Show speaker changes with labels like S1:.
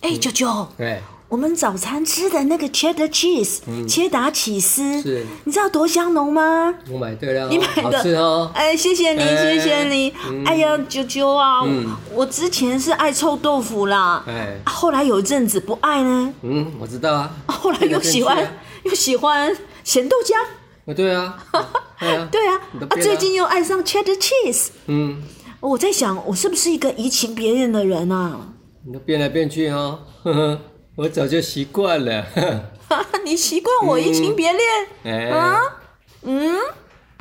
S1: 哎、九九，
S2: 哎，
S1: 我们早餐吃的那个 cheddar cheese，、切达起司，
S2: 嗯是
S1: 你知道多香浓吗？
S2: 我买对了哦，
S1: 你买的，
S2: 好吃哦。
S1: 哎，谢谢你，
S2: 哎
S1: 谢谢你。哎呀，九九啊，
S2: 嗯
S1: 我之前是爱臭豆腐啦，
S2: 哎
S1: 啊后来有一阵子不爱呢，
S2: 嗯，我知道啊。
S1: 哦后来又喜欢、
S2: 这个正确啊
S1: 又喜欢咸豆浆，
S2: 哦，对啊， 对啊，
S1: 对啊
S2: 你都，
S1: 啊
S2: 变了
S1: 最近又爱上 cheddar cheese，
S2: 嗯，
S1: 我在想我是不是一个移情别恋的人啊？
S2: 你都变来变去哦， 呵呵，我早就习惯了。呵呵
S1: 你习惯我移情别恋、
S2: 嗯哎，
S1: 啊？嗯，